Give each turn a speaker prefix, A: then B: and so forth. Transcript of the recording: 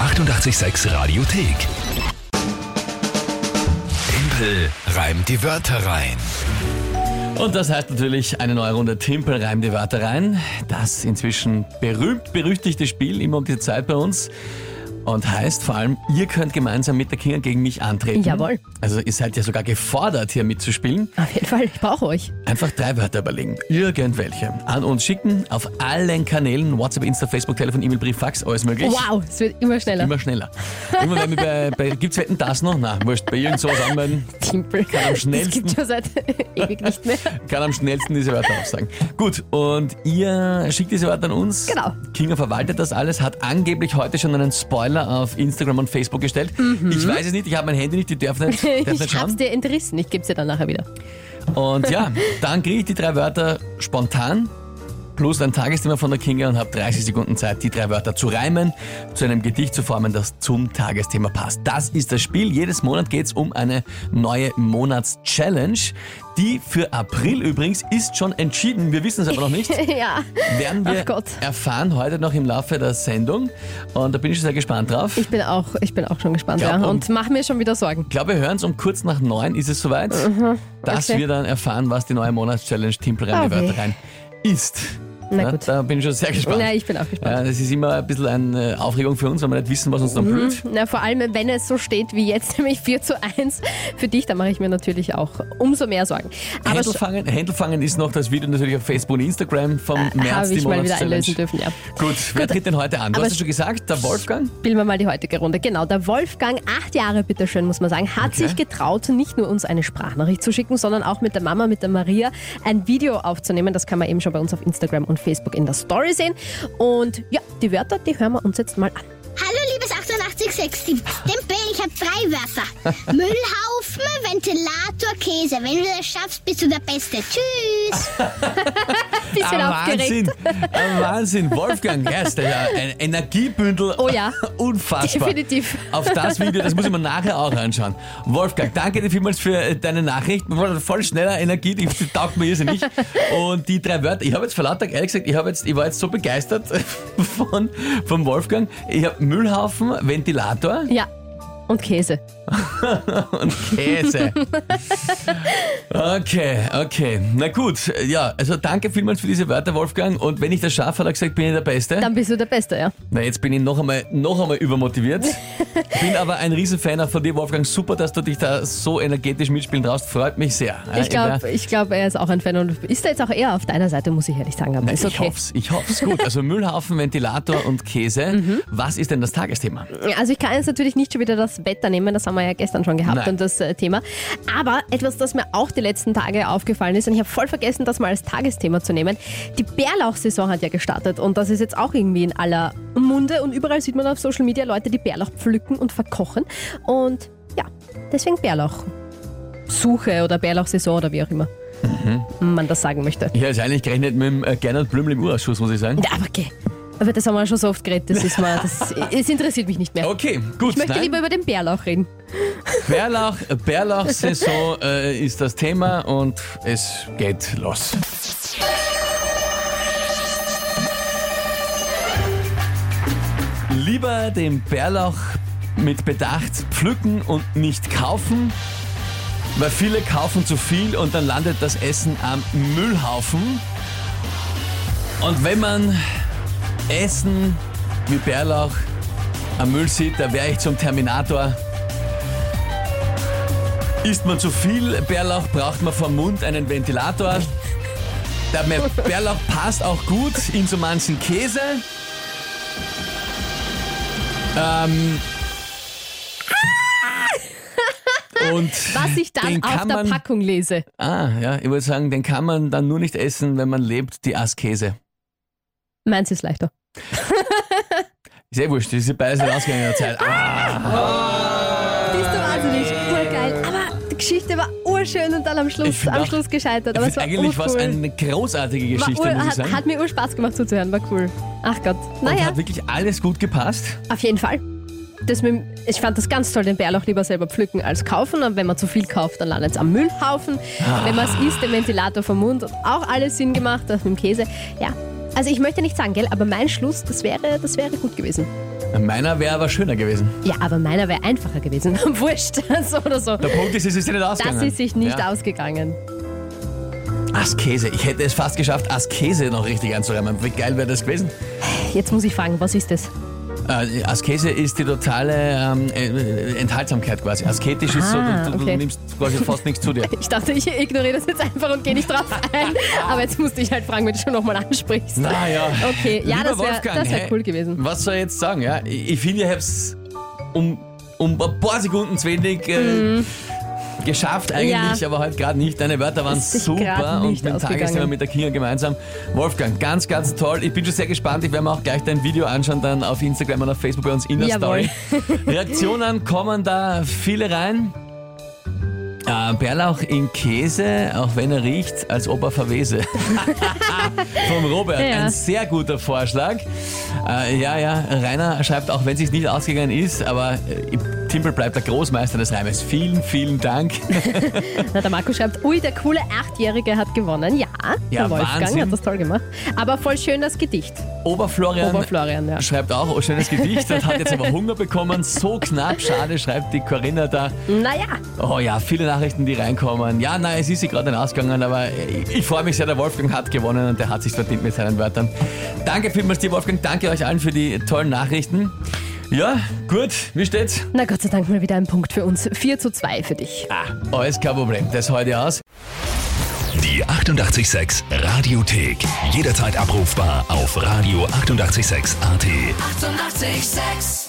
A: 886 Radiothek. Tempel reimt die Wörter rein.
B: Und das heißt natürlich eine neue Runde Timpel reim die Wörter rein. Das inzwischen berühmt-berüchtigte Spiel immer um diese Zeit bei uns. Und heißt vor allem, ihr könnt gemeinsam mit der Kinga gegen mich antreten.
C: Jawohl.
B: Also ihr seid ja sogar gefordert, hier mitzuspielen.
C: Auf jeden Fall, ich brauche euch.
B: Einfach drei Wörter überlegen. Irgendwelche. An uns schicken, auf allen Kanälen. WhatsApp, Insta, Facebook, Telefon, E-Mail, Brief, Fax, alles möglich.
C: Wow, es wird immer schneller.
B: Immer schneller. Immer wenn wir bei, bei gibt's Wetten das noch? Na, wurscht, bei irgend sowas anmelden.
C: Timpel.
B: am schnellsten-
C: Das gibt schon seit ewig nicht mehr.
B: Kann am schnellsten diese Wörter aufsagen. Gut, und ihr schickt diese Wörter an uns.
C: Genau.
B: Kinga verwaltet das alles, hat angeblich heute schon einen Spoiler auf Instagram und Facebook gestellt. Ich weiß es nicht, ich habe mein Handy nicht, die dürfen nicht, dürfen nicht
C: Mhm. Ich hab's
B: schauen.
C: dir entrissen. Ich geb's dir dann nachher wieder.
B: Und ja, dann kriege ich die drei Wörter spontan. Plus ein Tagesthema von der Kinga und habe 30 Sekunden Zeit, die drei Wörter zu reimen, zu einem Gedicht zu formen, das zum Tagesthema passt. Das ist das Spiel. Jedes Monat geht es um eine neue Monats-Challenge. Die für April übrigens ist schon entschieden. Wir wissen es aber noch nicht.
C: ja.
B: werden wir
C: Ach Gott.
B: erfahren heute noch im Laufe der Sendung. Und da bin ich schon sehr gespannt drauf.
C: Ich bin auch, ich bin auch schon gespannt.
B: Glaub,
C: ja.
B: um-
C: Und mach mir schon wieder Sorgen.
B: Ich glaube, wir hören es um kurz nach neun, ist es soweit, dass
C: Mhm. okay.
B: wir dann erfahren, was die neue Monatschallenge Timpel rein, die
C: Okay.
B: Wörter rein ist.
C: Na
B: Ja,
C: gut.
B: Da bin ich schon sehr gespannt.
C: Na, ich bin auch gespannt. Mhm.
B: ja, das ist immer ein bisschen eine Aufregung für uns, weil wir nicht wissen, was uns dann blüht.
C: Na, vor allem, wenn es so steht wie jetzt, nämlich 4 zu 1 für dich, dann mache ich mir natürlich auch umso mehr Sorgen. Aber sch-
B: Händelfangen, Händelfangen ist noch das Video natürlich auf Facebook und Instagram vom März,
C: Äh, habe
B: die
C: ich mal wieder einlösen
B: Monatschallenge.
C: dürfen, ja.
B: Gut, wer tritt denn heute an? Du
C: Aber
B: hast es schon gesagt, der Wolfgang?
C: Spielen wir mal die heutige Runde. Genau, der Wolfgang, acht Jahre bitteschön, muss man sagen, hat
B: Okay.
C: sich getraut, nicht nur uns eine Sprachnachricht zu schicken, sondern auch mit der Mama, mit der Maria ein Video aufzunehmen. Das kann man eben schon bei uns auf Instagram und Facebook in der Story sehen. Und ja, die Wörter, die hören wir uns jetzt mal an.
D: Hallo, liebes 886-Team. Tempel, ich habe drei Wörter. Müllhaufen, Ventilator, Käse. Wenn du das schaffst, bist du der Beste. Tschüss.
C: Bisschen aufgeregt.
B: Ah, Wahnsinn, ein Wahnsinn. Wolfgang, ja, ist der, ein Energiebündel.
C: Oh ja.
B: Unfassbar.
C: Definitiv.
B: Auf das Video, das muss ich mir nachher auch anschauen. Wolfgang, danke dir vielmals für äh, deine Nachricht. Voll- Voll schneller Energie, die, die taugt mir irrsinnig. Und die drei Wörter, ich habe jetzt vor lauter, ehrlich gesagt, ich, habe jetzt, ich war jetzt so begeistert von, von Wolfgang. Ich habe Müllhaufen, Ventilator
C: Ja, und Käse.
B: und Käse. Okay, okay. Na gut, ja, also danke vielmals für diese Wörter, Wolfgang. Und wenn ich das schaffe, hat er gesagt, bin ich der Beste.
C: Dann bist du der Beste, ja.
B: Na, jetzt bin ich noch einmal, noch einmal übermotiviert. bin aber ein Riesenfan auch von dir, Wolfgang. Super, dass du dich da so energetisch mitspielen traust. Freut mich sehr.
C: Ich
B: Ja, in
C: glaube,
B: der-
C: ich glaub, er ist auch ein Fan und ist da jetzt auch eher auf deiner Seite, muss ich ehrlich sagen. Aber
B: Nein,
C: ist
B: Ich
C: okay.
B: hoff's, ich hoff's. Gut, also Müllhaufen, Ventilator und Käse.
C: Mhm.
B: Was ist denn das Tagesthema?
C: Also ich kann jetzt natürlich nicht schon wieder das Wetter nehmen, das haben wir ja gestern schon gehabt
B: Nein.
C: und das äh, Thema. Aber etwas, das mir auch die letzten Tage aufgefallen ist und ich habe voll vergessen, das mal als Tagesthema zu nehmen. Die Bärlauchsaison hat ja gestartet und das ist jetzt auch irgendwie in aller Munde und überall sieht man auf Social Media Leute, die Bärlauch pflücken und verkochen und ja, deswegen Bärlauch. Suche oder Bärlauchsaison oder wie auch immer
B: Mhm.
C: man das sagen möchte.
B: Ich habe jetzt eigentlich gerechnet mit dem äh, Gernot Blümel im Urausschuss, muss ich sagen.
C: Ja, Aber okay. Aber das haben wir schon so oft geredet, das ist mal, das, es interessiert mich nicht mehr.
B: Okay, gut.
C: Ich möchte
B: nein.
C: lieber über den Bärlauch reden.
B: Bärlauch, Bärlauch-Saison äh, ist das Thema und es geht los. Lieber den Bärlauch mit Bedacht pflücken und nicht kaufen, weil viele kaufen zu viel und dann landet das Essen am Müllhaufen. Und wenn man Essen wie Bärlauch am Müll sieht, da wäre ich zum Terminator. Isst man zu viel Bärlauch, braucht man vom Mund einen Ventilator. Der Me- Bärlauch passt auch gut in so manchen Käse. Ähm. Und
C: was ich dann
B: den
C: auf
B: kann
C: der
B: man,
C: Packung lese.
B: Ah, ja, ich würde sagen, den kann man dann nur nicht essen, wenn man lebt, die Asskäse.
C: Meins ist leichter.
B: Ist eh wurscht, das ist beides nicht ausgegangen in der Zeit. Ah,
C: Bist du wahnsinnig? Urgeil. Aber die Geschichte war urschön und dann am
B: Ich
C: Schluss,
B: find
C: am
B: auch-
C: Schluss gescheitert. Aber es war
B: eigentlich war es
C: urcool.
B: eine großartige
C: war
B: Geschichte,
C: ur,
B: muss ich
C: hat,
B: sagen.
C: hat ah, mir urspaß gemacht zuzuhören, war cool. Ach Gott.
B: Und
C: Naja,
B: hat wirklich alles gut gepasst.
C: auf jeden Fall. Das mit, dem- ich fand das ganz toll, den Bärlauch lieber selber pflücken als kaufen. Und wenn man zu viel kauft, dann landet es am Müllhaufen.
B: Ah.
C: Wenn man es isst, den Ventilator vom Mund. Und auch alles Sinn gemacht, das mit dem Käse. Ja. Also ich möchte nicht sagen, gell, aber mein Schluss, das wäre, das wäre gut gewesen.
B: Meiner wäre aber schöner gewesen.
C: Ja, aber meiner wäre einfacher gewesen. Wurscht, so oder so.
B: Der Punkt ist, es ist ja nicht
C: Das
B: ausgegangen.
C: ist sich nicht
B: ja.
C: ausgegangen.
B: Askese. Ich hätte es fast geschafft, Askese noch richtig einzuräumen. Wie geil wäre das gewesen?
C: Jetzt muss ich fragen, was ist das?
B: Äh, Askese ist die totale ähm, äh, Enthaltsamkeit quasi. Asketisch ist so,
C: Ah,
B: du, du,
C: okay.
B: du nimmst quasi fast nichts zu dir.
C: Ich dachte, ich ignoriere das jetzt einfach und gehe nicht drauf ein. Aber jetzt musste ich halt fragen, wenn du schon nochmal ansprichst.
B: Naja.
C: Okay, ja,
B: Lieber
C: das wäre
B: Wolfgang,
C: das wär
B: hey,
C: cool gewesen.
B: Was soll ich jetzt sagen? Ja, ich ich finde, ich habe es um, um ein paar Sekunden zu wenig äh, geschafft eigentlich,
C: Mhm. Ja.
B: aber halt gerade nicht. Deine Wörter waren
C: Ist sich
B: super
C: grad
B: und
C: nicht
B: mit dem
C: ausgegangen.
B: Tagesthema mit der Kinga gemeinsam. Wolfgang, ganz, ganz toll. Ich bin schon sehr gespannt. Ich werde mir auch gleich dein Video anschauen, dann auf Instagram und auf Facebook bei uns in der
C: Jawohl.
B: Story. Reaktionen kommen da viele rein. Äh, Bärlauch in Käse, auch wenn er riecht, als ob er verwese. Vom Robert,
C: Ja.
B: ein sehr guter Vorschlag. Äh, ja, ja, Rainer schreibt, auch wenn es sich nicht ausgegangen ist, aber äh, Timpel bleibt der Großmeister des Reimes. Vielen, vielen Dank.
C: Na, der Marco schreibt, ui, der coole Achtjährige hat gewonnen. Ja,
B: Ja,
C: der Wolfgang
B: Wahnsinn.
C: hat das toll gemacht. Aber voll schön das Gedicht.
B: Oberflorian
C: Oberflorian, ja.
B: schreibt auch, oh, schönes Gedicht, hat jetzt aber Hunger bekommen. So knapp, schade, schreibt die Corinna da.
C: Naja,
B: Oh ja, viele Nachrichten, die reinkommen. Ja, nein, es ist sich gerade nicht ausgegangen, aber ich, ich freue mich sehr, der Wolfgang hat gewonnen und der hat sich verdient mit seinen Wörtern. Danke vielmals dir, Wolfgang. Danke euch allen für die tollen Nachrichten. Ja, gut, wie steht's?
C: na Gott sei Dank mal wieder ein Punkt für uns. 4 zu 2 für dich.
B: Ah, alles kein Problem. Das heute aus.
A: Die 886 Radiothek. Jederzeit abrufbar auf radio886.at. 886!
E: 886